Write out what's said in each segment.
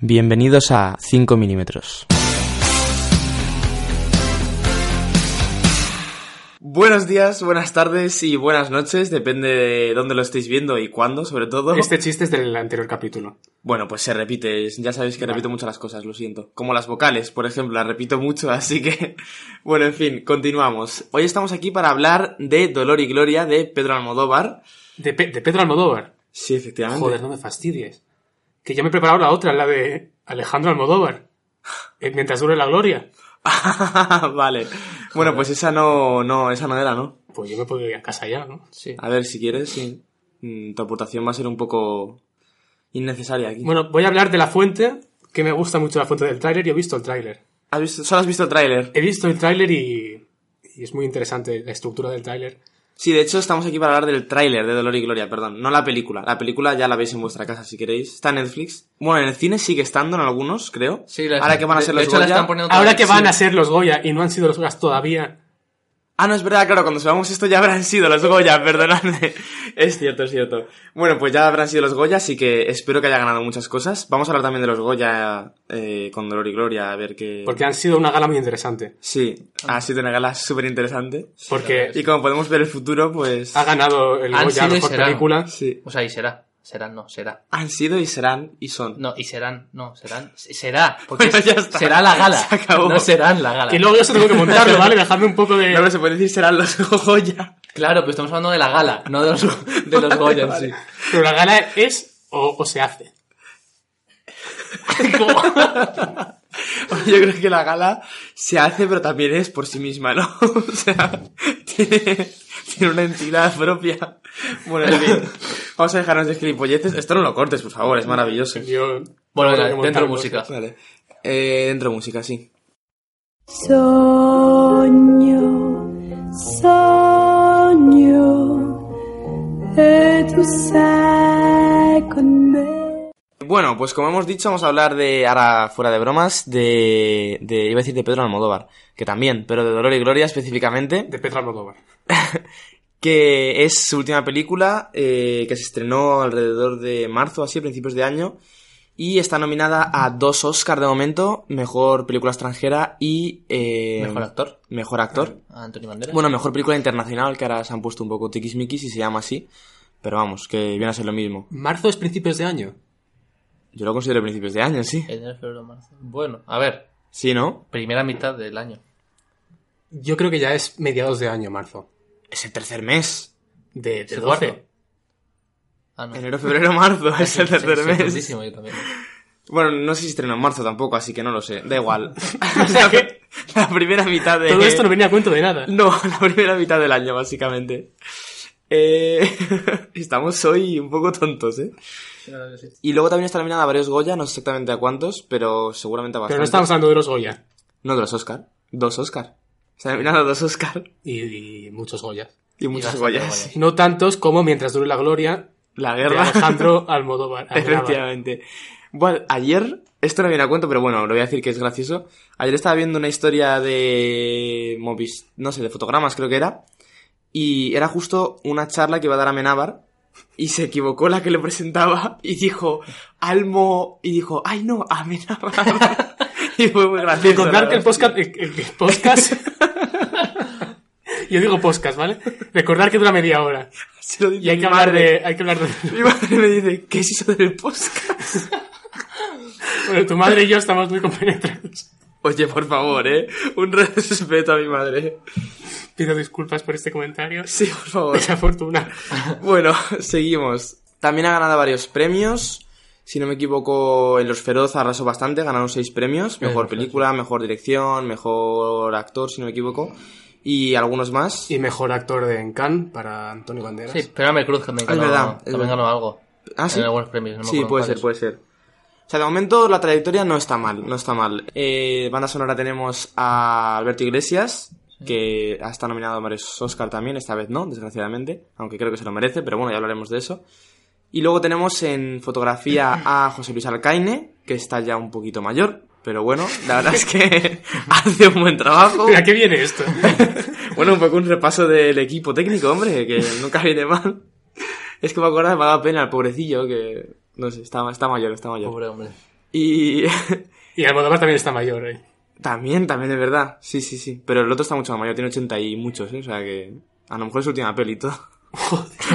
Bienvenidos a 5 milímetros. Buenos días, buenas tardes y buenas noches, depende de dónde lo estéis viendo y cuándo, sobre todo. Este chiste es del anterior capítulo. Bueno, pues se repite, ya sabéis que Vale. repito mucho las cosas, lo siento. Como las vocales, por ejemplo, las repito mucho, así que... Bueno, en fin, continuamos. Hoy estamos aquí para hablar de Dolor y Gloria de Pedro Almodóvar. De, Pe- de Pedro Almodóvar. Sí, efectivamente. Joder, no me fastidies. Que yo me he preparado la otra, la de Alejandro Almodóvar. Eh, Mientras dure la gloria. vale. Bueno, pues esa no, no, esa no era, ¿no? Pues yo me puedo ir a casa ya, ¿no? Sí. A ver, si quieres, sí. Mm, tu aportación va a ser un poco innecesaria aquí. Bueno, voy a hablar de la fuente, que me gusta mucho la fuente del tráiler. Yo he visto el tráiler. ¿Has visto- solo has visto el tráiler. He visto el tráiler y, y es muy interesante la estructura del tráiler. Sí, de hecho estamos aquí para hablar del tráiler de Dolor y Gloria, perdón, no la película. La película ya la veis en vuestra casa si queréis. Está en Netflix. Bueno, en el cine sigue estando en algunos, creo. Sí, la Ahora que van a ser de los hecho, la Goya- están poniendo otra Ahora vez. que van Sí. a ser los Goya y no han sido los Goya todavía, Ah, no, es verdad, claro, cuando subamos esto ya habrán sido los Goya, perdonadme. Es cierto, es cierto. Bueno, pues ya habrán sido los Goya, así que espero que haya ganado muchas cosas. Vamos a hablar también de los Goya eh, con Dolor y Gloria, a ver qué... porque han sido una gala muy interesante. Sí, Ah. ha sido una gala súper interesante. Porque Y como podemos ver el futuro, pues... ha ganado el Han Goya sido y mejor serán. película. Sí. O sea, y será. Serán, no, será. Han sido y serán y son. No, y serán, no, serán. se- Será. Porque Bueno, es- ya está. será la gala. Se acabó. No serán la gala. Que luego yo se tengo que montarlo, ¿vale? Dejadme un poco No, pero de... se puede decir serán los Goya. Claro, pero estamos hablando de la gala, no de los, de los Goya en sí. Pero la gala es o, o se hace. Yo creo que la gala se hace, pero también es por sí misma, ¿no? O sea, tiene, tiene una entidad propia. Bueno, en fin. Vamos a dejarnos de gilipolleces. Esto no lo cortes, por favor, es maravilloso. Yo... Bueno, tengo que dentro montarlo. música. Vale. Eh, dentro música, sí. Sogno, sogno, e tu sei con me. Bueno, pues como hemos dicho, vamos a hablar de, ahora fuera de bromas, de, de, iba a decir de Pedro Almodóvar, que también, pero de Dolor y Gloria específicamente, De Pedro Almodóvar. que es su última película, eh, que se estrenó alrededor de marzo, así, a principios de año, y está nominada a dos Oscar de momento, Mejor Película Extranjera y... eh, Mejor actor. Mejor Actor. Antonio Banderas. Bueno, Mejor Película Internacional, que ahora se han puesto un poco tiquismiquis y se llama así, pero vamos, que viene a ser lo mismo. Marzo es principios de año. Yo lo considero principios de año, sí. Enero, febrero, marzo. Bueno, a ver. Sí, ¿no? Primera mitad del año. Yo creo que ya es mediados de año, marzo. Es el tercer mes. De, de ¿El Eduardo. 12? Ah, no. Enero, febrero, marzo, es el tercer Sí, sí, mes. tontísimo, yo también. Bueno, no sé si estrenó en marzo tampoco, así que no lo sé. Da igual. o sea que la primera mitad de... Todo esto no venía a cuento de nada. No, la primera mitad del año, básicamente. Eh, Estamos hoy un poco tontos, ¿eh? Y luego también está nominada a varios Goya, no sé exactamente a cuántos, pero seguramente a Pero no bastantes. estamos hablando de los Goya. No, de los Oscar. Dos Oscar. Está nominada a dos Oscar. Y, y muchos Goya. Y muchos bastante Goyas. Goya. No tantos como Mientras dure la gloria La de guerra. Alejandro Almodóvar. Almodóvar. Efectivamente. Bueno, ayer, esto no viene a cuento, pero bueno, lo voy a decir que es gracioso. Ayer estaba viendo una historia de movis, no sé, de fotogramas creo que era, y era justo una charla que iba a dar a Menábar, y se equivocó la que le presentaba, y dijo, Almo, y dijo, ay no, a Menábar. y fue muy gracioso. Recordar la que el verdad. podcast... El, el- el podcast... Yo digo podcast, ¿vale? Recordar que dura media hora. Se lo dice Y hay mi que hablar madre. de... Hay que hablar de... Mi madre me dice, ¿qué es eso del podcast? Bueno, tu madre y yo estamos muy compenetrados. Oye, por favor, eh. Un respeto a mi madre. Pido disculpas por este comentario. Sí, por favor. Desafortunado. Bueno, seguimos. También ha ganado varios premios. Si no me equivoco, en Los Feroz arrasó bastante, ganaron seis premios. Mejor película, mejor dirección, mejor actor, si no me equivoco. Y algunos más. Y mejor actor de Encan para Antonio Banderas. Sí, pero Cruz también Es ganó, verdad, es también verdad. ganó algo. Ah, sí. En algunos premios. No me Sí, acuerdo puede ser, cuáles. puede ser. O sea, de momento la trayectoria no está mal, no está mal. Eh, banda sonora tenemos a Alberto Iglesias, que ha estado nominado a varios Oscar también, esta vez no, desgraciadamente, aunque creo que se lo merece, pero bueno, ya hablaremos de eso. Y luego tenemos en fotografía a José Luis Alcaine, que está ya un poquito mayor, pero bueno, la verdad es que hace un buen trabajo. Mira, ¿qué viene esto? Bueno, un poco un repaso del equipo técnico, hombre, que nunca viene mal. Es que me acuerdo, me daba pena el pobrecillo, que no sé, está, está mayor, está mayor. Pobre hombre. Y Y Almodóvar también está mayor, ¿eh? también, también es verdad, sí, sí, sí. Pero el otro está mucho más mayor, tiene 80 y muchos, ¿eh? o sea que a lo mejor es su última peli y todo.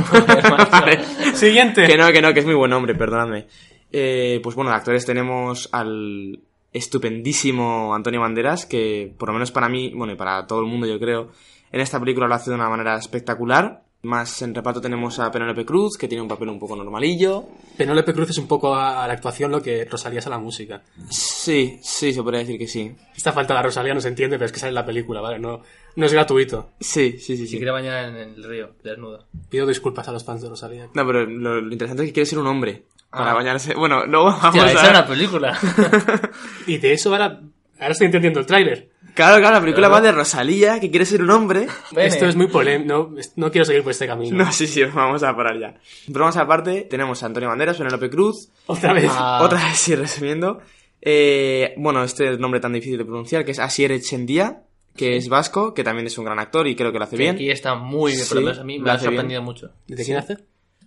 Siguiente. Que no, que no, que es muy buen hombre, perdóname. Eh, pues bueno, de actores tenemos al estupendísimo Antonio Banderas, que por lo menos para mí, bueno, y para todo el mundo yo creo, en esta película lo hace de una manera espectacular. Más en reparto tenemos a Penélope Cruz, que tiene un papel un poco normalillo. Penélope Cruz es un poco a, a la actuación lo que Rosalía es a la música. Sí, sí, se podría decir que sí. Esta falta de Rosalía no se entiende, pero es que sale en la película, ¿vale? No, no es gratuito. Sí, sí, sí, Y se sí. quiere bañar en el río, desnudo. Pido disculpas a los fans de Rosalía. No, pero lo, lo interesante es que quiere ser un hombre para bañarse. Bueno, luego vamos Hostia, esa a... es una película. Y de eso ahora, ahora estoy entendiendo el tráiler. Claro, claro, la película va de Rosalía, que quiere ser un hombre. Bene. Esto es muy polémico. No, es- no quiero seguir por este camino. No, sí, sí, vamos a parar ya. Pero vamos aparte, tenemos a Antonio Banderas, Penélope Cruz, Otra vez. Ah. otra vez, sí, resumiendo. Eh, bueno, este nombre tan difícil de pronunciar, que es Asier Echendía, que es vasco, que también es un gran actor y creo que lo hace Que bien. Aquí está muy bien, por Sí, lo menos a mí lo me ha hace bien. sorprendido mucho. ¿De quién hace?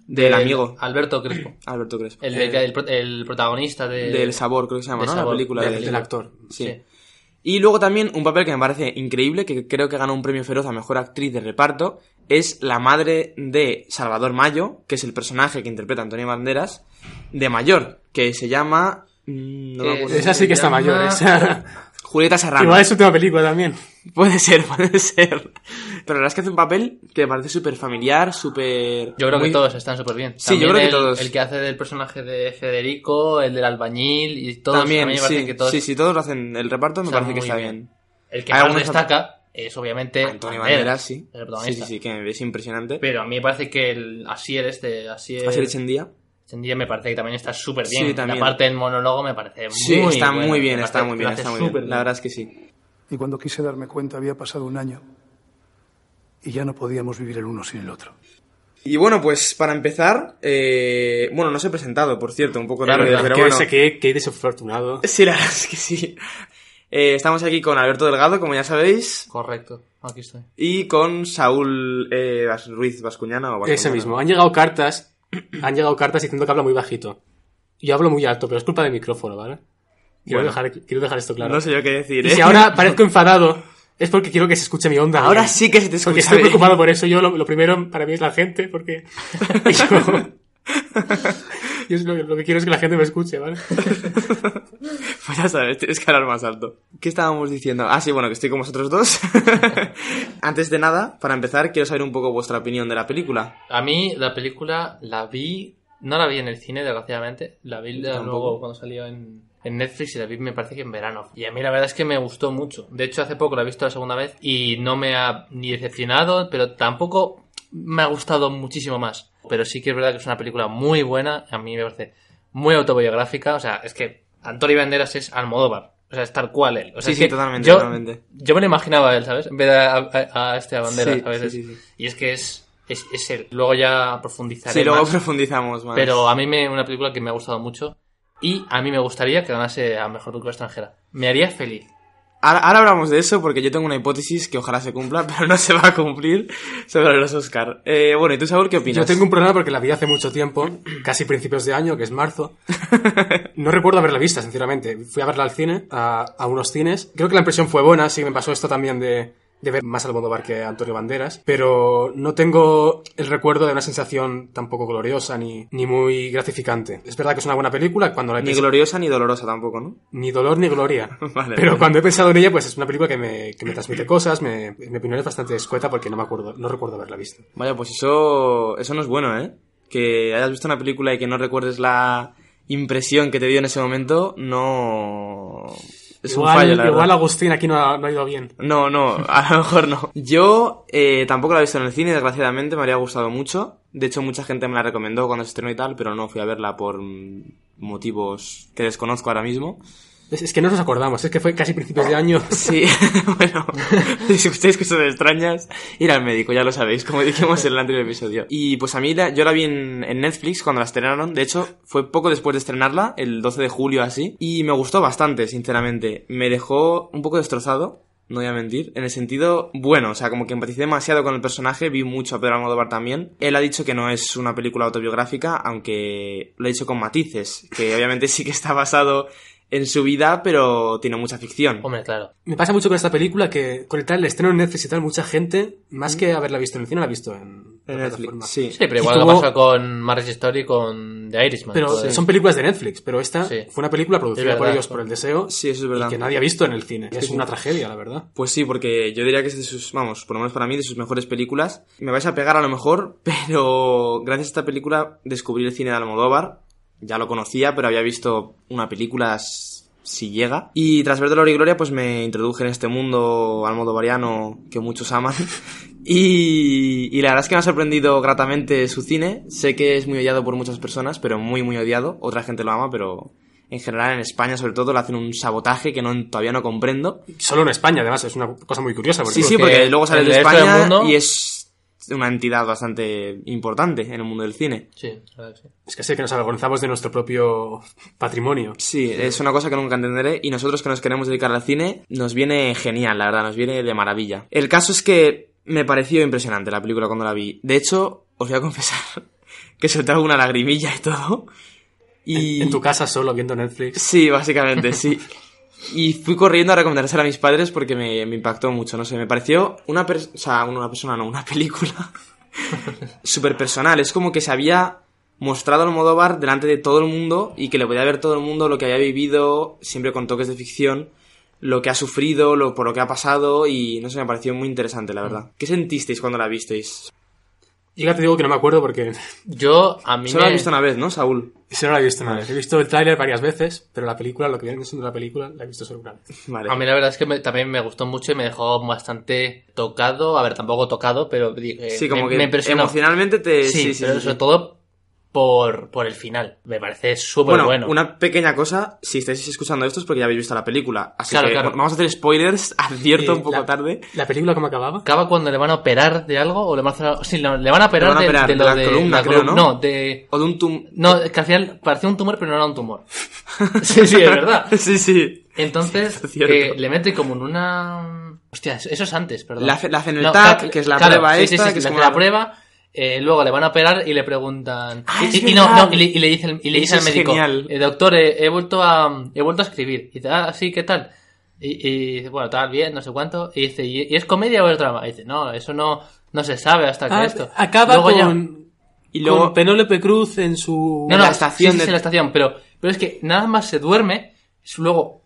Del El amigo, Alberto Crespo. Alberto Crespo. Eh, El, Eh, el pro- el protagonista de... Del Sabor, creo que se llama, del ¿no? La Sabor, película del- de- Del actor. Sí. Sí. Y luego también un papel que me parece increíble, que creo que ganó un premio feroz a mejor actriz de reparto, es la madre de Salvador Mayo, que es el personaje que interpreta Antonio Banderas, de mayor, que se llama. mm, no me Eh, acuerdo. Esa sí que está llama- mayor, esa. Julieta Serrano. Igual es su última película también. Puede ser, puede ser. Pero la verdad es que hace un papel que me parece súper familiar, súper. Yo creo muy- que todos están súper bien. Sí, yo creo que el, todos. El que hace del personaje de Federico, el del albañil y todos. a También, mí me parece sí, que todos. sí, sí, todos lo hacen. El reparto me Están parece que muy está bien. bien. El que Hay más algunos- destaca es obviamente Antonio Banderas, sí. el Sí, protagonista. sí, sí, que es impresionante. Pero a mí me parece que el Asier este, Asier, Asier Echendía. Echendía me parece que también está súper Sí, bien. también. La parte del monólogo me parece Sí, muy está buena, muy me bien, parece está muy que bien, lo hace está muy bien. súper La verdad es que sí. Y cuando quise darme cuenta había pasado un año y ya no podíamos vivir el uno sin el otro. Y bueno, pues para empezar, eh, bueno, no os he presentado, por cierto, un poco tarde, verdad, pero qué, bueno. qué- qué desafortunado. Sí, la verdad es que sí. Eh, estamos aquí con Alberto Delgado, como ya sabéis, Correcto, aquí estoy. y con Saúl eh, Bas- Ruiz Vascuñana o Bascuñana. Ese mismo. ah, Han llegado cartas. Han llegado cartas diciendo que habla muy bajito. Yo hablo muy alto, pero es culpa del micrófono, ¿vale? Quiero, Bueno. dejar, quiero dejar esto claro. No sé yo qué decir, Y ¿eh? si ahora parezco enfadado, es porque quiero que se escuche mi onda. Ahora bien. sí que se te Porque escucha estoy bien. preocupado por eso. Yo lo, lo primero para mí es la gente, porque yo, yo es lo, lo que quiero es que la gente me escuche, ¿vale? Pues ya sabes, tienes que hablar más alto. ¿Qué estábamos diciendo? Ah, sí, bueno, que estoy con vosotros dos. Antes de nada, para empezar, quiero saber un poco vuestra opinión de la película. A mí la película la vi, no la vi en el cine, desgraciadamente, la vi luego cuando salió en, en Netflix y la vi me parece que en verano. Y a mí la verdad es que me gustó mucho. De hecho, hace poco la he visto la segunda vez y no me ha ni decepcionado, pero tampoco me ha gustado muchísimo más. Pero sí que es verdad que es una película muy buena, a mí me parece muy autobiográfica, o sea, es que Antonio Banderas es Almodóvar. O sea, es tal cual él. O sea, Sí, es sí, que totalmente, yo, totalmente. Yo me lo imaginaba a él, ¿sabes? En vez de a, a- a este a Banderas, Sí, ¿sabes? sí, Es- sí, sí. y es que es, es, es él. Luego ya profundizaré Sí, luego más. profundizamos más. Pero a mí me una película que me ha gustado mucho y a mí me gustaría que ganase a mejor película extranjera. Me haría feliz. Ahora, ahora hablamos de eso porque yo tengo una hipótesis que ojalá se cumpla, pero no se va a cumplir sobre los Oscar. Eh, bueno, ¿y tú, Saúl, qué opinas? Yo tengo un problema porque la vi hace mucho tiempo, casi principios de año, que es marzo. No recuerdo haberla vista, sinceramente. Fui a verla al cine, a, a unos cines. Creo que la impresión fue buena, sí, me pasó esto también de, de ver más Almodóvar que a Antonio Banderas, pero no tengo el recuerdo de una sensación tampoco gloriosa ni, ni muy gratificante. Es verdad que es una buena película, cuando la he Ni visto- gloriosa ni dolorosa tampoco, ¿no? ni dolor ni gloria. Vale, Pero vale. cuando he pensado en ella, pues es una película que me, que me transmite cosas, me, mi opinión es bastante escueta porque no me acuerdo, no recuerdo haberla visto. Vaya, pues eso, eso no es bueno, ¿eh? Que hayas visto una película y que no recuerdes la impresión que te dio en ese momento, no... Es un igual, fallo, la igual verdad. Agustín aquí no ha, no ha ido bien. No, no, a lo mejor no. Yo eh, tampoco la he visto en el cine, desgraciadamente, me habría gustado mucho. De hecho, mucha gente me la recomendó cuando se estrenó y tal, pero no fui a verla por mm, motivos que desconozco ahora mismo. Es, es que no nos acordamos, es que fue casi principios Ah. de año. Sí, bueno, si ustedes que son extrañas, ir al médico, ya lo sabéis, como dijimos en el anterior episodio. Y pues a mí la- yo la vi en, en Netflix cuando la estrenaron, de hecho fue poco después de estrenarla, el 12 de julio así, y me gustó bastante, sinceramente. Me dejó un poco destrozado, no voy a mentir, en el sentido bueno, o sea, como que empaticé demasiado con el personaje, vi mucho a Pedro Almodóvar también. Él ha dicho que no es una película autobiográfica, aunque lo ha dicho con matices, que obviamente sí que está basado en su vida, pero tiene mucha ficción. Hombre, claro. Me pasa mucho con esta película que con el tal el estreno en Netflix y tal, mucha gente, más que haberla visto en el cine, la ha visto en, Mm. En la Netflix, plataforma. sí. Sí, pero igual Estuvo- lo pasó con Marriage Story y con The Irishman. Pero Pues- son películas de Netflix, pero esta Sí. fue una película producida Es verdad, por ellos eso. por el deseo Sí, eso es y verdad. que nadie ha visto en el cine. Es sí. una tragedia, la verdad. Pues sí, porque yo diría que es de sus, vamos, por lo menos para mí, de sus mejores películas. Me vais a pegar a lo mejor, pero gracias a esta película descubrí el cine de Almodóvar. Ya lo conocía, pero había visto una película s- si llega. Y tras ver Dolor y Gloria, pues me introduje en este mundo almodovariano que muchos aman. Y, y la verdad es que me ha sorprendido gratamente su cine. Sé que es muy odiado por muchas personas, pero muy, muy odiado. Otra gente lo ama, pero en general en España, sobre todo, le hacen un sabotaje que no, todavía no comprendo. Solo en España, además, es una cosa muy curiosa. Porque Sí, sí, porque luego sale en de el resto España del mundo- y es una entidad bastante importante en el mundo del cine. Sí, a ver, sí. Es que sé que nos avergonzamos de nuestro propio patrimonio. Sí, es una cosa que nunca entenderé y nosotros que nos queremos dedicar al cine nos viene genial, la verdad, nos viene de maravilla. El caso es que me pareció impresionante la película cuando la vi. De hecho, os voy a confesar que soltaba una lagrimilla y todo. Y En tu casa solo viendo Netflix. Sí, básicamente, sí. Y fui corriendo a recomendársela a mis padres porque me, me impactó mucho, no sé, me pareció una persona, o sea, una persona, no, una película súper personal, es como que se había mostrado Almodóvar delante de todo el mundo y que le podía ver todo el mundo lo que había vivido, siempre con toques de ficción, lo que ha sufrido, lo, por lo que ha pasado y no sé, me pareció muy interesante, la verdad. ¿Qué sentisteis cuando la visteis? Yo ya te digo que no me acuerdo porque Yo, a mí Solo la me- he visto una vez, ¿no, Saúl? si no la he visto una vez. He visto el tráiler varias veces, pero la película, lo que viene siendo la película, la he visto solo una vez. Vale. A mí la verdad es que me- también me gustó mucho y me dejó bastante tocado. A ver, tampoco tocado, pero dije, sí, como me, que me impresionó. emocionalmente te... Sí, pero sobre todo por, por el final. Me parece súper Bueno, bueno. una pequeña cosa, si estáis escuchando esto es porque ya habéis visto la película, así Claro, que claro. bueno, vamos a hacer spoilers, advierto Eh, un poco la- tarde. ¿La película cómo acababa? Acaba cuando le van a operar de algo o le van a, hacer- sí, no, le van a operar, Le van a de- operar de, de lo la de columna, creo, columna. ¿no? No, de... O de un tum... No, es que al final parecía un tumor, pero no era un tumor. sí, sí, es verdad. sí, sí. Entonces, es cierto. eh, le mete como en una... Hostia, eso es antes, perdón. Le hace- le hacen el No, TAC, claro, que es la claro, prueba sí, sí, esta, sí, que es le como la- hacen la prueba, eh, luego le van a operar y le preguntan... Ah, y- es y, y no, verdad. no, y le, y le dice el, y le dice Eso al es médico, genial. "Eh, doctor, eh, he, vuelto a, he vuelto a escribir. Y dice, ah, sí, ¿qué tal? Y, y dice, bueno, tal, bien, no sé cuánto. Y dice, ¿y, y es comedia o es drama? Y dice, no, eso no, no se sabe hasta que Ah, esto. acaba Luego ya- con, Y luego... con Penélope Cruz en su... no, en no, la estación sí, sí, de- sí, en la estación, pero, pero es que nada más se duerme, s- luego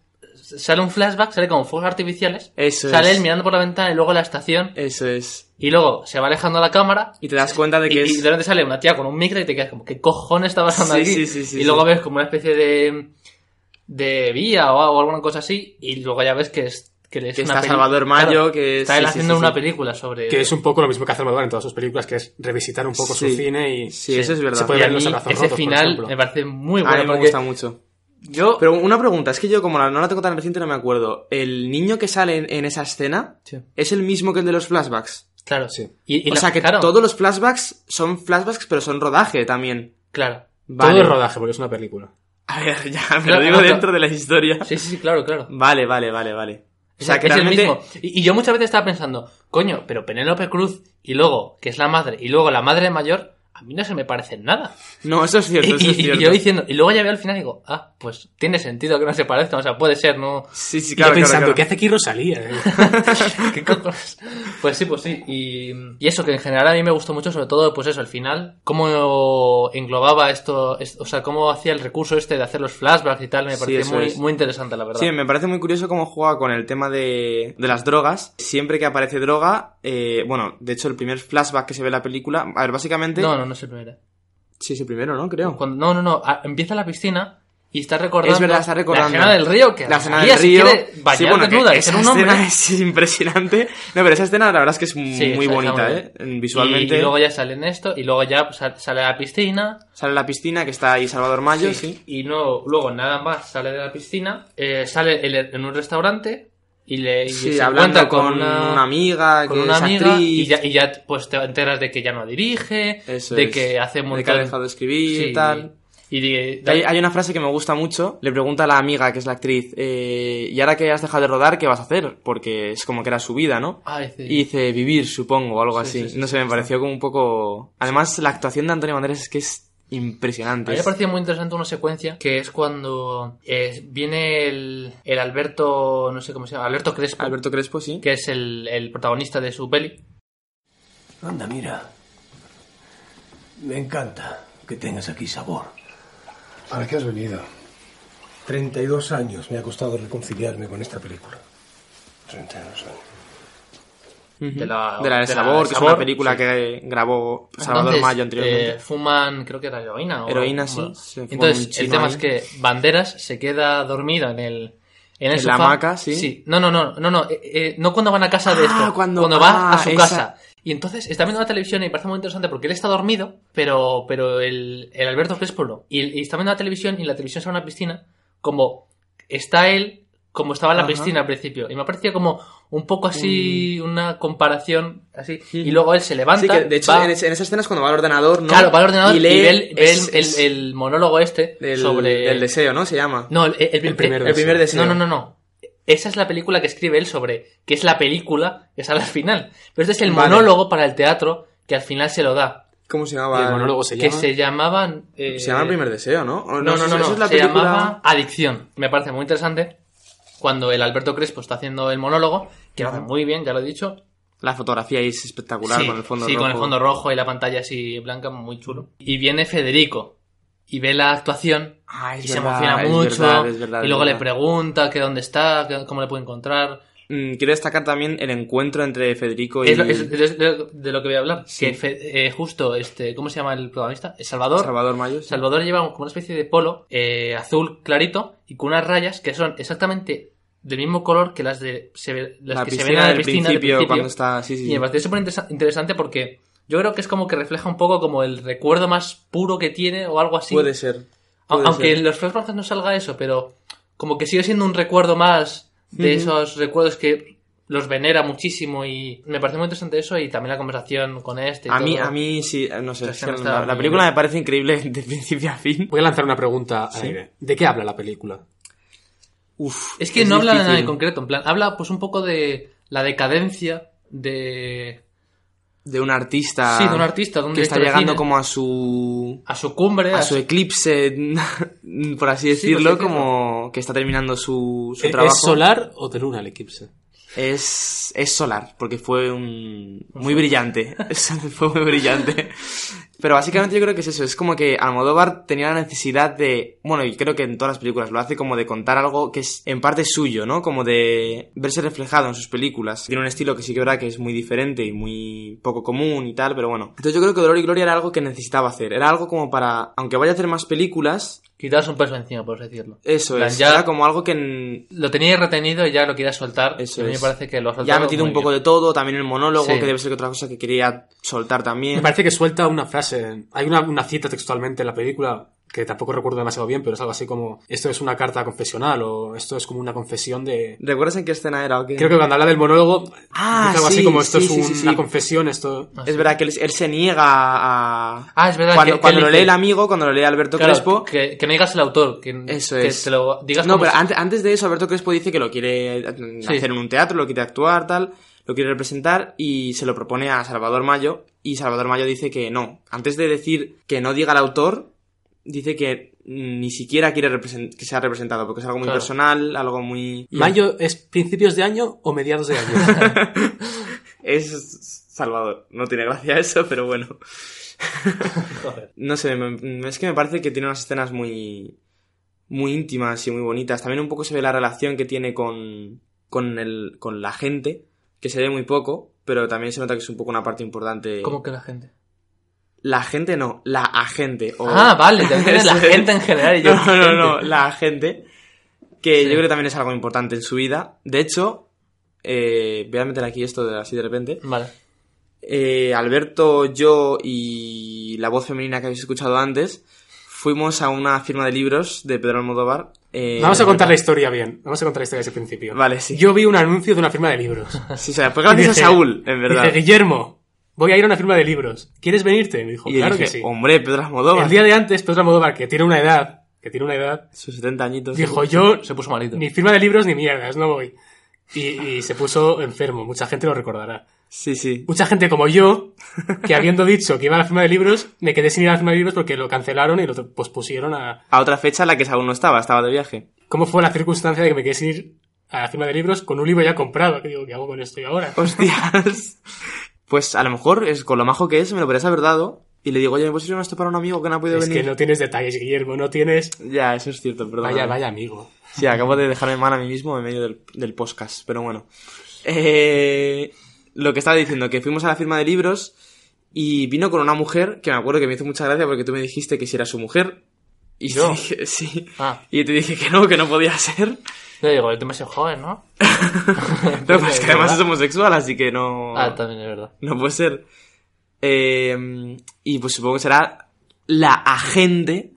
sale un flashback, sale como fuegos artificiales, Eso sale es. él mirando por la ventana y luego la estación, Eso es. y luego se va alejando la cámara, Y te das cuenta de y, que y es... de repente sale una tía con un micro y te quedas como, ¿qué cojones está pasando Sí, aquí? sí, sí, sí, y luego sí. ves como una especie de, de vía o, o alguna cosa así, y luego ya ves que es, que es Que una está peli- Salvador Mayo, claro, que es- está sí, él sí, haciendo sí, una sí. película sobre... Que es un poco lo mismo que hace Almodóvar en todas sus películas, que es revisitar un poco su Sí. cine y... Sí, sí. eso es verdad. Se puede y a ver los mí abrazos rotos, ese por final ejemplo. me parece muy A bueno mí me porque gusta mucho. yo... Pero una pregunta, es que yo como la- no la tengo tan reciente no me acuerdo. ¿El niño que sale en, en esa escena Sí. es el mismo que el de los flashbacks? Claro, sí. Y, y o la- sea que claro, todos los flashbacks son flashbacks pero son rodaje también. Claro. Vale. Todo el rodaje, porque es una película. A ver, ya me Claro, lo digo no, no. dentro de la historia. Sí, sí, sí, claro, claro. Vale, vale, vale, vale. O sea, Es- que es realmente... el mismo. Y, y yo muchas veces estaba pensando, coño, pero Penélope Cruz y luego, que es la madre, y luego la madre mayor, a mí no se me parecen nada. No, eso es cierto, Y, eso es y- y cierto. yo diciendo, y luego ya veo al final y digo, ah, pues tiene sentido que no se parezcan, o sea, puede ser, ¿no? Sí, sí, Y yo claro, claro, pensando, claro. ¿qué hace aquí Rosalía? ¿Qué cojones? Pues sí, pues sí. Y, y eso que en general a mí me gustó mucho, sobre todo, pues eso, al final, cómo englobaba esto, es- o sea, cómo hacía el recurso este de hacer los flashbacks y tal, me Sí, parecía eso muy, es. muy interesante, la verdad. Sí, me parece muy curioso cómo juega con el tema de, de las drogas. Siempre que aparece droga, eh, bueno, de hecho el primer flashback que se ve en la película, a ver, básicamente... No, no, no es el primero. Sí, es el primero, ¿no? Creo. Cuando- no, no, no. a- empieza la piscina Y está recordando, Es verdad, está recordando. la escena del río que la escena del María se río. quiere bañar sí, bueno, que desnuda y esa ser un hombre. escena es impresionante. No, pero esa escena la verdad es que es Sí, muy esa- bonita, esa- ¿eh? Visualmente. Y, y luego ya sale en esto, y luego ya sal- sale a la piscina. Sale la piscina que está ahí Salvador Mayo, sí. Y no, luego nada más sale de la piscina, eh, sale el- en un restaurante y le y Sí, se hablando encuentra con una, amiga, con que una es amiga actriz. y ya, y ya, pues te enteras de que ya no dirige, Eso de es. que hace un De montón que ha dejado de escribir Sí, tal. Y de- Hay, hay una frase que me gusta mucho. Le pregunta a la amiga, que es la actriz, eh, ¿y ahora que has dejado de rodar, qué vas a hacer? Porque es como que era su vida, ¿no? Ah, dice- Y dice vivir, supongo, o algo Sí, así. sí, sí, no sé, me pareció como un poco. Además, la actuación de Antonio Banderas es que es A impresionante. mí me Es- ha parecido muy interesante una secuencia que es cuando eh, viene el, el Alberto, no sé cómo se llama, Alberto Crespo, Alberto Crespo, sí. que es el, el protagonista de su peli. Anda, mira. Me encanta que tengas aquí sabor. ¿Para qué has venido? 32 años me ha costado reconciliarme con esta película. 32 años. Ujú. de la- de la de de la Sabor, que es Sabor, una película sí. que grabó Salvador Entonces, Mayo anteriormente. eh, fuman, creo que era heroína. o- Heroína, o- sí, se fuma un Entonces, el chino tema ahí. es que Banderas se queda dormido en el. En, el En la sofá. hamaca, sí. No, no, no, no, no, eh, eh, no cuando van a casa de Ah, esto, cuando- cuando, va ah, a su esa- casa. Y entonces está viendo la televisión y me parece muy interesante porque él está dormido, pero, pero el, el Alberto Crespo no. Y, y está viendo la televisión y la televisión se va a una piscina, como está él, como estaba en la Ajá. piscina al principio. Y me parecía como un poco así, una comparación así. Ujú. Y luego él se levanta. Sí, que de hecho va- en, es- en esa escena es cuando va al ordenador, ¿no? Claro, para el ordenador y lee ve, el, ve es- el- es el- el monólogo este del- sobre... del deseo, ¿no? Se llama. No, el, el- el- primer el- el primer deseo. No, no, no, no. Esa es la película que escribe él sobre... Que es la película que sale al final. Pero este es el Vale. monólogo para el teatro que al final se lo da. ¿Cómo se Y llamaba? el monólogo se Que llama... se llamaban... eh, Se llama El primer deseo, ¿no? O No, no, sé no, si no. esa es la se película- llamaba Adicción. Me parece muy interesante cuando el Alberto Crespo está haciendo el monólogo, que lo hace muy bien, ya lo he dicho, La fotografía ahí es espectacular con el fondo sí, rojo. con el fondo rojo y la pantalla así blanca, muy chulo. Y viene Federico y ve la actuación Ah, es y se verdad, emociona es mucho. verdad, es verdad, y es luego verdad. le pregunta que dónde está, que- cómo le puede encontrar. Mm, Quiero destacar también el encuentro entre Federico y Es, lo- es- es de de lo que voy a hablar. Pues Sí. Que Fe- eh, justo, este, ¿cómo se llama el protagonista? Eh, Salvador. Salvador Mayo. sí. Salvador lleva como una especie de polo eh, azul clarito y con unas rayas que son exactamente del mismo color que las de se ve- las La que se ven piscina en la del piscina del principio, principio. cuando está- sí, sí, y sí. me parece súper interesa- interesante porque yo creo que es como que refleja un poco como el recuerdo más puro que tiene o algo así. Puede ser. A- puede Aunque ser. en los flashbacks no salga eso, pero como que sigue siendo un recuerdo más de esos recuerdos que los venera muchísimo y me parece muy interesante eso y también la conversación con este. y A mí, todo. a mí sí, no sé. La es que escena la, está la muy película bien. me parece increíble de principio a fin. Voy a lanzar una pregunta al aire. ¿De qué habla la película? Uf, Es que no habla de nada en difícil. concreto, en plan, habla pues un poco de la decadencia de... De un artista. Sí, de un artista, de un que está director de llegando cine. como a su. a su cumbre, a su eclipse, por así decirlo, Sí, por así decirlo. como que está terminando su, su ¿Es- trabajo. ¿Es solar o de luna el eclipse? Es, es solar, porque fue un... muy brillante. Es- fue muy brillante. Pero básicamente yo creo que es eso, es como que Almodóvar tenía la necesidad de, bueno, y creo que en todas las películas lo hace, como de contar algo que es en parte suyo, ¿no? Como de verse reflejado en sus películas. Tiene un estilo que sí que verá que es muy diferente y muy poco común y tal, pero bueno. Entonces yo creo que Dolor y Gloria era algo que necesitaba hacer, era algo como para, aunque vaya a hacer más películas, quitarse un peso encima, por así decirlo. eso En plan, es, ya era como algo que en- Lo tenía retenido y ya lo quería soltar. Eso y a mí es. me parece que lo ha soltado Ya ha metido muy un poco bien. de todo, también el monólogo, Sí. que debe ser otra cosa que quería soltar Me también. parece que suelta una frase. Hay una, una cita textualmente en la película que tampoco recuerdo demasiado bien, pero es algo así como esto es una carta confesional o esto es como una confesión de... ¿Recuerdas en qué escena era o qué? Creo que cuando habla del monólogo, Ah, dice algo sí, así como esto sí, es sí, un- sí, sí. una confesión, esto... Ah, Es sí. verdad que él, él se niega a... Ah, es verdad. cuando que- cuando que lo dice- lee el amigo, cuando lo lee Alberto claro, Crespo... Que, que no digas el autor, que, Eso que es. te lo digas no, como pero si- ante- antes, de eso Alberto Crespo dice que lo quiere eh, Sí. hacer en un teatro, lo quiere actuar, tal, lo quiere representar y se lo propone a Salvador Mayo y Salvador Mayo dice que no. Antes de decir que no diga el autor, dice que ni siquiera quiere represent- que sea representado porque es algo muy Claro. personal, algo muy... ¿Mayo es principios de año o mediados de año? Es Salvador. No tiene gracia eso, pero bueno. no sé, me- es que me parece que tiene unas escenas muy. muy íntimas y muy bonitas. También un poco se ve la relación que tiene con. con el. con la gente, que se ve muy poco, pero también se nota que es un poco una parte importante. Como que la gente. La gente no, la agente. o- Ah, vale, te refieres a la Eso es. gente en general y yo, No, no, no, gente. la agente. Que Sí. yo creo que también es algo importante en su vida. De hecho, eh, voy a meter aquí esto de, así de repente. Vale. Eh, Alberto, yo y la voz femenina que habéis escuchado antes fuimos a una firma de libros de Pedro Almodóvar. eh, Vamos a contar la historia bien. Vamos a contar la historia desde el principio. Vale, sí. Yo vi un anuncio de una firma de libros. Sí, o sea, fue gracias Dije- a Saúl, en verdad. Dice, Guillermo, voy a ir a una firma de libros. ¿Quieres venirte? Me dijo, y yo claro dije, "Oh, que sí. hombre, Pedro Almodóvar. El día de antes, pues, Pedro Almodóvar, que tiene una edad, que tiene una edad, Sus 70 añitos. dijo, yo Se puso malito. ni firma de libros ni mierdas, no voy. Y, y se puso enfermo, mucha gente lo recordará. Sí, sí. Mucha gente como yo, que habiendo dicho que iba a la firma de libros, me quedé sin ir a la firma de libros porque lo cancelaron y lo pospusieron a, A otra fecha en la que Saúl no estaba, estaba de viaje. cómo fue la circunstancia de que me quedé sin ir a la firma de libros con un libro ya comprado. Que digo, ¿qué hago con esto yo ahora? Hostias. Pues a lo mejor, es con lo majo que es, me lo podrías haber dado. Y le digo, oye, ¿me puedes firmar esto para un amigo que no ha podido Es que venir? no tienes detalles, Guillermo, no tienes... Ya, eso es cierto, perdón. Vaya, vaya amigo. Sí, acabo de dejarme mal a mí mismo en medio del, del podcast, pero bueno. Eh, lo que estaba diciendo, que fuimos a la firma de libros y vino con una mujer que me acuerdo que me hizo mucha gracia porque tú me dijiste que si era su mujer. Y yo te ¿Yo? dije, sí. Ah. Y te dije que no, que no podía ser. Yo digo, es demasiado joven, ¿no? No, pues que además es ¿verdad? homosexual, así que no. Ah, también es verdad. No puede ser. Eh, y pues supongo que será la agente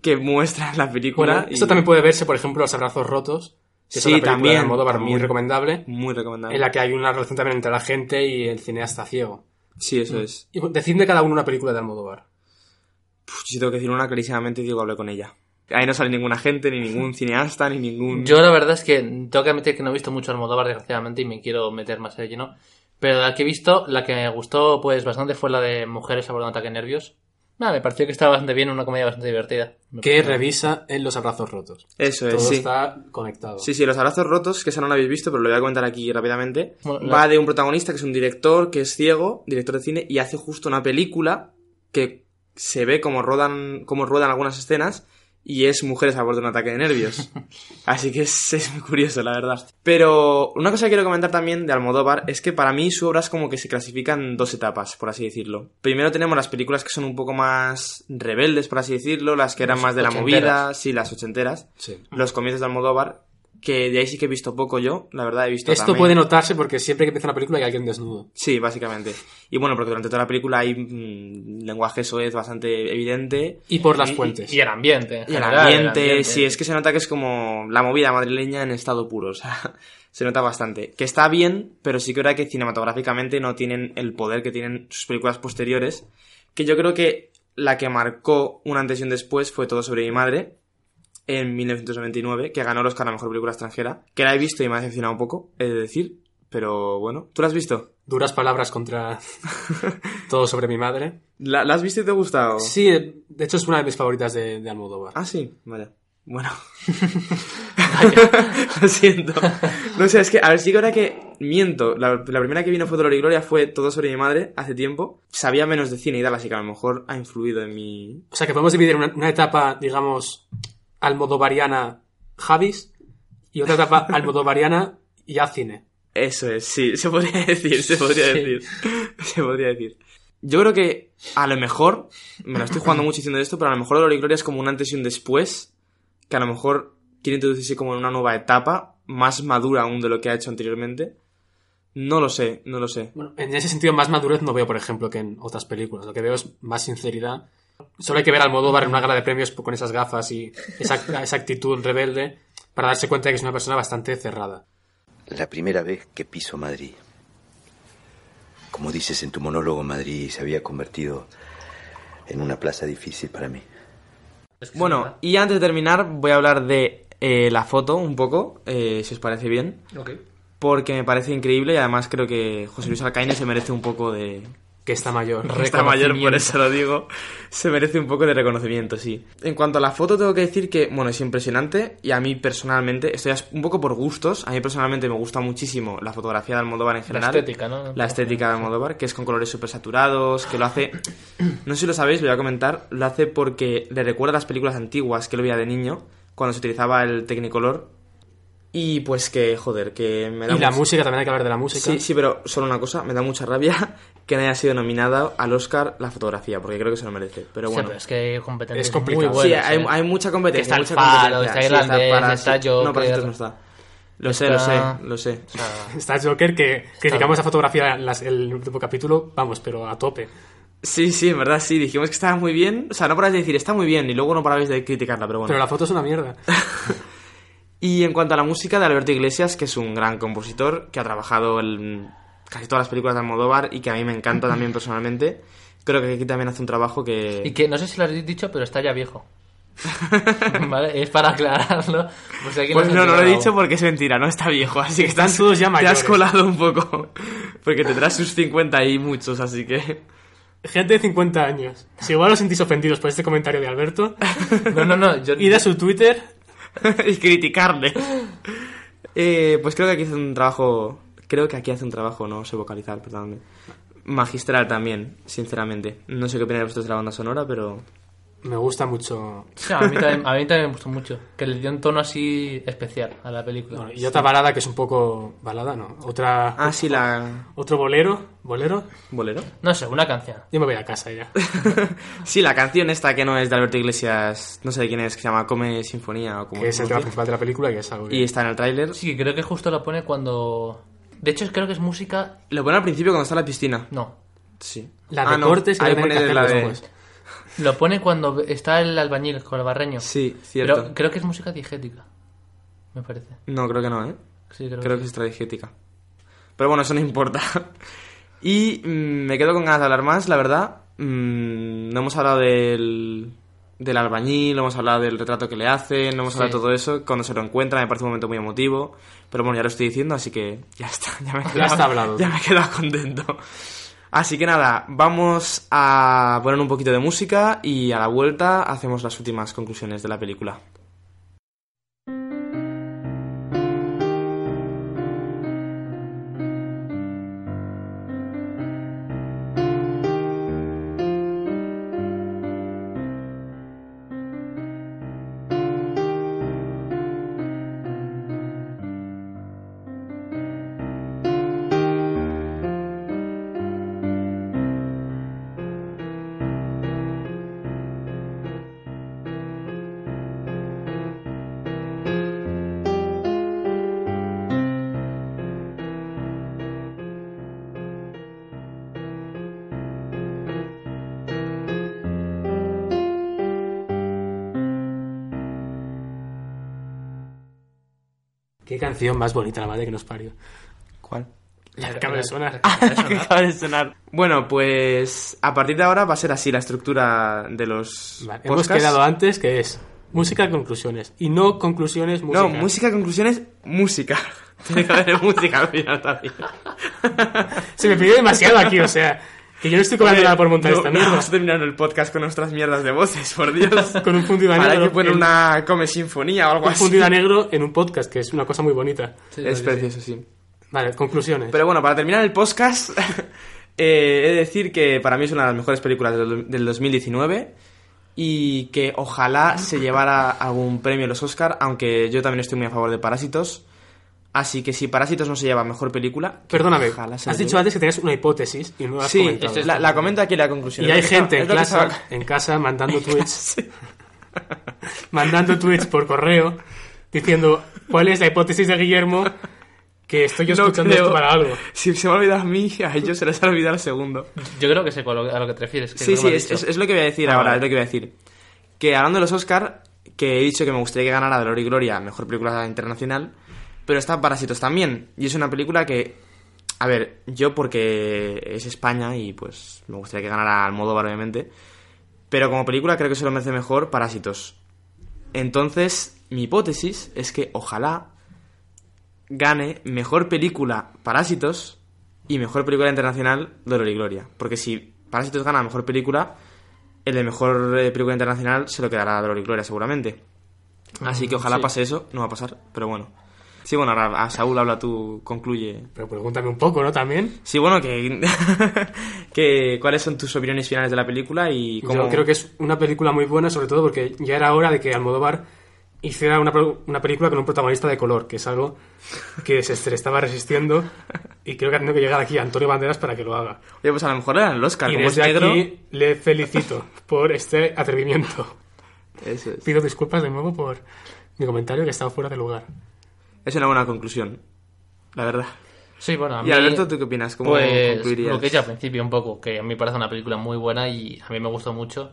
que muestra en la película. Bueno, y- esto también puede verse, por ejemplo, Los Abrazos Rotos. que es Sí, una película también, de Almodóvar también. Ah. muy recomendable, Muy recomendable. en la que hay una relación también entre la gente y el cineasta ciego. Sí, eso es. Y bueno, decidme cada uno una película de Almodóvar. Puf, si tengo que decir una clarísimamente, digo, hablé con ella. Ahí no sale ningún agente, ni ningún cineasta, ni ningún... Yo la verdad es que tengo que admitir que no he visto mucho Almodóvar, desgraciadamente, y me quiero meter más en ello, ¿no? Pero la que he visto, la que me gustó pues bastante fue la de Mujeres a bordo de un ataque de nervios. Nada, me pareció que estaba bastante bien, una comedia bastante divertida. Me Que pareció. revisa en Los Abrazos Rotos. Eso Todo es, sí. está conectado. Sí, sí, Los Abrazos Rotos, que esa no la habéis visto, pero lo voy a comentar aquí rápidamente. Bueno, la- Va de un protagonista que es un director, que es ciego, director de cine, y hace justo una película que se ve como rodan, como ruedan algunas escenas y es mujeres a bordo de un ataque de nervios. Así que es, es muy curioso, la verdad. Pero una cosa que quiero comentar también de Almodóvar es que para mí su obra es como que se clasifican en dos etapas, por así decirlo. Primero tenemos las películas que son un poco más rebeldes, por así decirlo, las que eran Las más de la movida, ochenteras. sí, las ochenteras Sí. los comienzos de Almodóvar, que de ahí sí que he visto poco yo, la verdad he visto Esto también- puede notarse porque siempre que empieza una película hay alguien desnudo. Sí, básicamente. Y bueno, porque durante toda la película hay mm, lenguaje soez bastante evidente. Y por las Y- fuentes. Y, el ambiente. en Y el general, ambiente, sí, es que se nota que es como la movida madrileña en estado puro, o sea, se nota bastante. Que está bien, pero sí que es verdad que cinematográficamente no tienen el poder que tienen sus películas posteriores, que yo creo que la que marcó un antes y un después fue Todo sobre mi madre, en 1999, que ganó el Oscar a la Mejor Película Extranjera, que la he visto y me ha decepcionado un poco, he de decir, pero bueno, ¿tú la has visto? Duras palabras contra todo sobre mi madre. ¿La, la has visto y te ha gustado? Sí, de hecho es una de mis favoritas de, de Almodóvar. Oh. Ah, sí, vale. Bueno. Lo siento. No sé, es que, a ver, sí que ahora que miento, la, la primera que vino fue Dolor y Gloria, fue Todo sobre mi madre, hace tiempo. Sabía menos de cine y tal, así que a lo mejor ha influido en mi... O sea que podemos dividir una, una etapa, digamos, almodovariana Javis y otra etapa almodovariana ya cine. Eso es, sí, se podría decir, se podría Sí. decir. Se podría decir. Yo creo que, a lo mejor, me lo estoy jugando mucho diciendo esto, pero a lo mejor Dolor y Gloria es como un antes y un después, que a lo mejor quiere introducirse como en una nueva etapa, más madura aún de lo que ha hecho anteriormente. No lo sé, no lo sé. Bueno, en ese sentido más madurez no veo, por ejemplo, que en otras películas. Lo que veo es más sinceridad. Solo hay que ver a Almodóvar en una gala de premios con esas gafas y esa, esa actitud rebelde para darse cuenta de que es una persona bastante cerrada. La primera vez que piso Madrid. Como dices en tu monólogo, Madrid se había convertido en una plaza difícil para mí. Bueno, y antes de terminar, voy a hablar de eh, la foto un poco, eh, si os parece bien, porque me parece increíble y además creo que José Luis Alcaine se merece un poco de. Que está mayor. Está mayor, por eso lo digo. Se merece un poco de reconocimiento, sí. En cuanto a la foto, tengo que decir que, bueno, es impresionante y a mí personalmente, estoy as- un poco por gustos, a mí personalmente me gusta muchísimo la fotografía de Almodóvar en La general. estética, ¿no? La estética de Almodóvar, que es con colores súper saturados, que lo hace... No sé si lo sabéis, lo voy a comentar. Lo hace porque le recuerda a las películas antiguas que lo veía de niño, cuando se utilizaba el Technicolor. Y pues que, joder, que me da Y la mucho- música, también hay que hablar de la música. Sí, sí, pero solo una cosa, me da mucha rabia que no haya sido nominada al Oscar la fotografía, porque creo que se lo merece. Pero Hostia, bueno. pero es que hay competencias Es complicado. muy sí, Sí, buenas. hay, ¿eh? hay mucha competencia. pues, Que está el mucha palo, competencia. está Sí, irlandés, Paras- está Joker. No, Parásitos no está. Lo sé, lo sé, Está- lo sé. O sea, Está Joker que criticamos esa fotografía en las- el último capítulo, vamos, pero a tope. Sí, sí, en verdad sí. Dijimos que estaba muy bien. O sea, no paráis de decir está muy bien y luego no paráis de criticarla, pero bueno. Pero la foto es una mierda. Y en cuanto a la música de Alberto Iglesias, que es un gran compositor, que ha trabajado en casi todas las películas de Almodóvar y que a mí me encanta también personalmente, creo que aquí también hace un trabajo que... y que no sé si lo habéis dicho, pero está ya viejo. ¿Vale? Es para aclararlo. Pues, aquí Pues no, no lo he dicho porque es mentira, no está viejo, así que Están estás- todos ya Te mayores. has colado un poco, porque tendrás sus 50 y muchos, así que... Gente de 50 años. Si igual os sentís ofendidos por este comentario de Alberto, pues- No, no, no. Yo, id a su Twitter. y criticarle. Eh, pues creo que aquí hace un trabajo. Creo que aquí hace un trabajo, no sé vocalizar, perdón. Magistral también, sinceramente. No sé qué opináis vosotros de la banda sonora, pero. Me gusta mucho. Sí, a, mí también, a mí también me gustó mucho. Que le dio un tono así especial a la película. Bueno, y otra balada que es un poco. Balada, ¿no? Otra. Ah, sí, la. Otro bolero. ¿Bolero? ¿Bolero? No sé, una canción. Yo me voy a casa ya. Sí, la canción esta que no es de Alberto Iglesias, no sé de quién es, que se llama Come Sinfonía o como. que es el tema como- principal de la película y es algo que- Y está en el tráiler. Sí, creo que justo la pone cuando. De hecho, creo que es música. Lo pone al principio cuando está en la piscina. No. Sí. La de Ah, no, cortes y ahí la tienen que pone hacer la de. después. Lo pone cuando está el albañil con el barreño. Sí, cierto. Pero creo que es música digética. Me parece. No, creo que no, ¿eh? Sí, creo, Creo que que sí. es estratégica. Pero bueno, eso no importa. Y mm, me quedo con ganas de hablar más, la verdad. Mm, no hemos hablado del, del albañil, no hemos hablado del retrato que le hacen, no hemos Sí. hablado de todo eso. Cuando se lo encuentra me parece un momento muy emotivo. Pero bueno, ya lo estoy diciendo, así que ya está. Ya, me he Ya quedado- está hablado. Ya me he quedado contento. Así que nada, vamos a poner un poquito de música y a la vuelta hacemos las últimas conclusiones de la película. Qué canción más bonita, la madre que nos parió. ¿Cuál? La que acaba de sonar. que acaba de sonar. Bueno, pues a partir de ahora va a ser así la estructura de los Vale, hemos podcasts. quedado antes que es música conclusiones y no conclusiones música. No, música, conclusiones, música. Tiene que haber música al final también. Se me pidió demasiado aquí, o sea, que yo no estoy cobrando nada por montar No, esta no, mierda. Vamos a terminar el podcast con nuestras mierdas de voces, por Dios. Con un fundido a Ahora hay negro, que poner el- una come sinfonía o algo Un así. fundido a negro en un podcast, que es una cosa muy bonita. Sí, Es sí, precioso, sí. Vale, conclusiones. Pero bueno, para terminar el podcast, eh, he de decir que para mí es una de las mejores películas del, del 2019 y que Ah, ojalá se llevara algún premio en los Oscar, aunque yo también estoy muy a favor de Parásitos. Así que si Parásitos no se lleva mejor película, que Perdóname, ojalá se has lo dicho lleve. antes que tenías una hipótesis y no la has Sí, comentado. la, la comento aquí en la conclusión. Y hay Es lo que gente en, estaba- es clase, lo que estaba- en casa mandando tweets, mandando tweets por correo, diciendo cuál es la hipótesis de Guillermo que estoy yo No escuchando creo. esto para algo. Si se me ha olvidado a mí, a ellos se les ha olvidado el segundo. Yo creo que sé con lo- a lo que te refieres. que Sí, creo que sí, lo has es, dicho. Ah, es- es lo que voy a decir ahora, es lo que voy a decir. Que hablando de los Oscar, que he dicho que me gustaría que ganara Dolor y Gloria, mejor película internacional, pero está Parásitos también. Y es una película que, a ver, yo porque es España y pues me gustaría que ganara Almodóvar, obviamente, pero como película creo que se lo merece mejor Parásitos. Entonces, mi hipótesis es que ojalá gane mejor película Parásitos y mejor película internacional Dolor y Gloria. Porque si Parásitos gana mejor película, el de mejor eh, película internacional se lo quedará a Dolor y Gloria seguramente. Así que ojalá Ah, sí. pase eso, no va a pasar, pero bueno. Sí, bueno, ahora a Saúl habla tú, concluye. Pero pregúntame un poco, ¿no? También. Sí, bueno, que, que cuáles son tus opiniones finales de la película y cómo Yo creo que es una película muy buena, sobre todo porque ya era hora de que Almodóvar hiciera una, pro- una película con un protagonista de color, que es algo que se se estaba resistiendo y creo que ha tenido que llegar aquí Antonio Banderas para que lo haga. Oye, pues a lo mejor era el Oscar, Y como es desde negro. aquí le felicito por este atrevimiento. Eso es. Pido disculpas de nuevo por mi comentario que estaba fuera de lugar. Es una buena conclusión, la verdad. Sí, bueno, a Y mí- Alberto, ¿tú qué opinas? ¿Cómo pues, concluirías? Lo que he dicho al principio un poco, que a mí me parece una película muy buena y a mí me gustó mucho.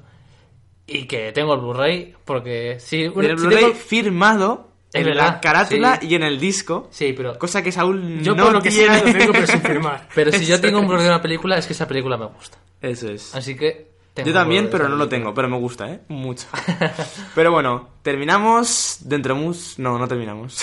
Y que tengo el Blu-ray, porque sí, Tiene bueno, el sí Blu-ray tengo- firmado Es en la verdad, carátula sí. y en el disco, Sí, pero, cosa que Saúl Yo no por lo que tiene. sea lo tengo, pero sin firmar. pero si yo tengo un Blu-ray de una película, es que esa película me gusta. Eso es. Así que... tengo Yo un también, Blu-ray de pero esa no lo película. tengo, pero me gusta, ¿eh? Mucho. pero bueno, terminamos dentro mus... No, no terminamos.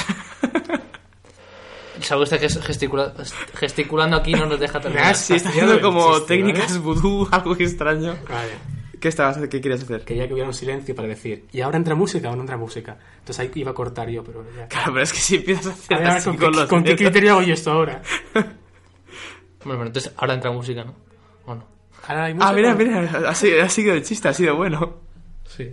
Sabes que es gesticula- gesticulando aquí no nos deja terminar. Gracias. Ah, sí, está haciendo como técnicas vudú, algo extraño. Vale. ¿Qué, estabas, ¿Qué querías hacer? Quería que hubiera un silencio para decir, y ahora entra música o no entra música. Entonces ahí iba a cortar yo, pero ya. Claro, pero es que si empiezas a hacer A ver, ahora así ¿con, con, qué, los con qué dedos- criterio hago yo esto ahora? Bueno, bueno, entonces ahora entra música, ¿no? ¿O no? Ahora hay música. Ah, mira, mira, ha sido, ha sido el chiste, ha sido bueno. Sí.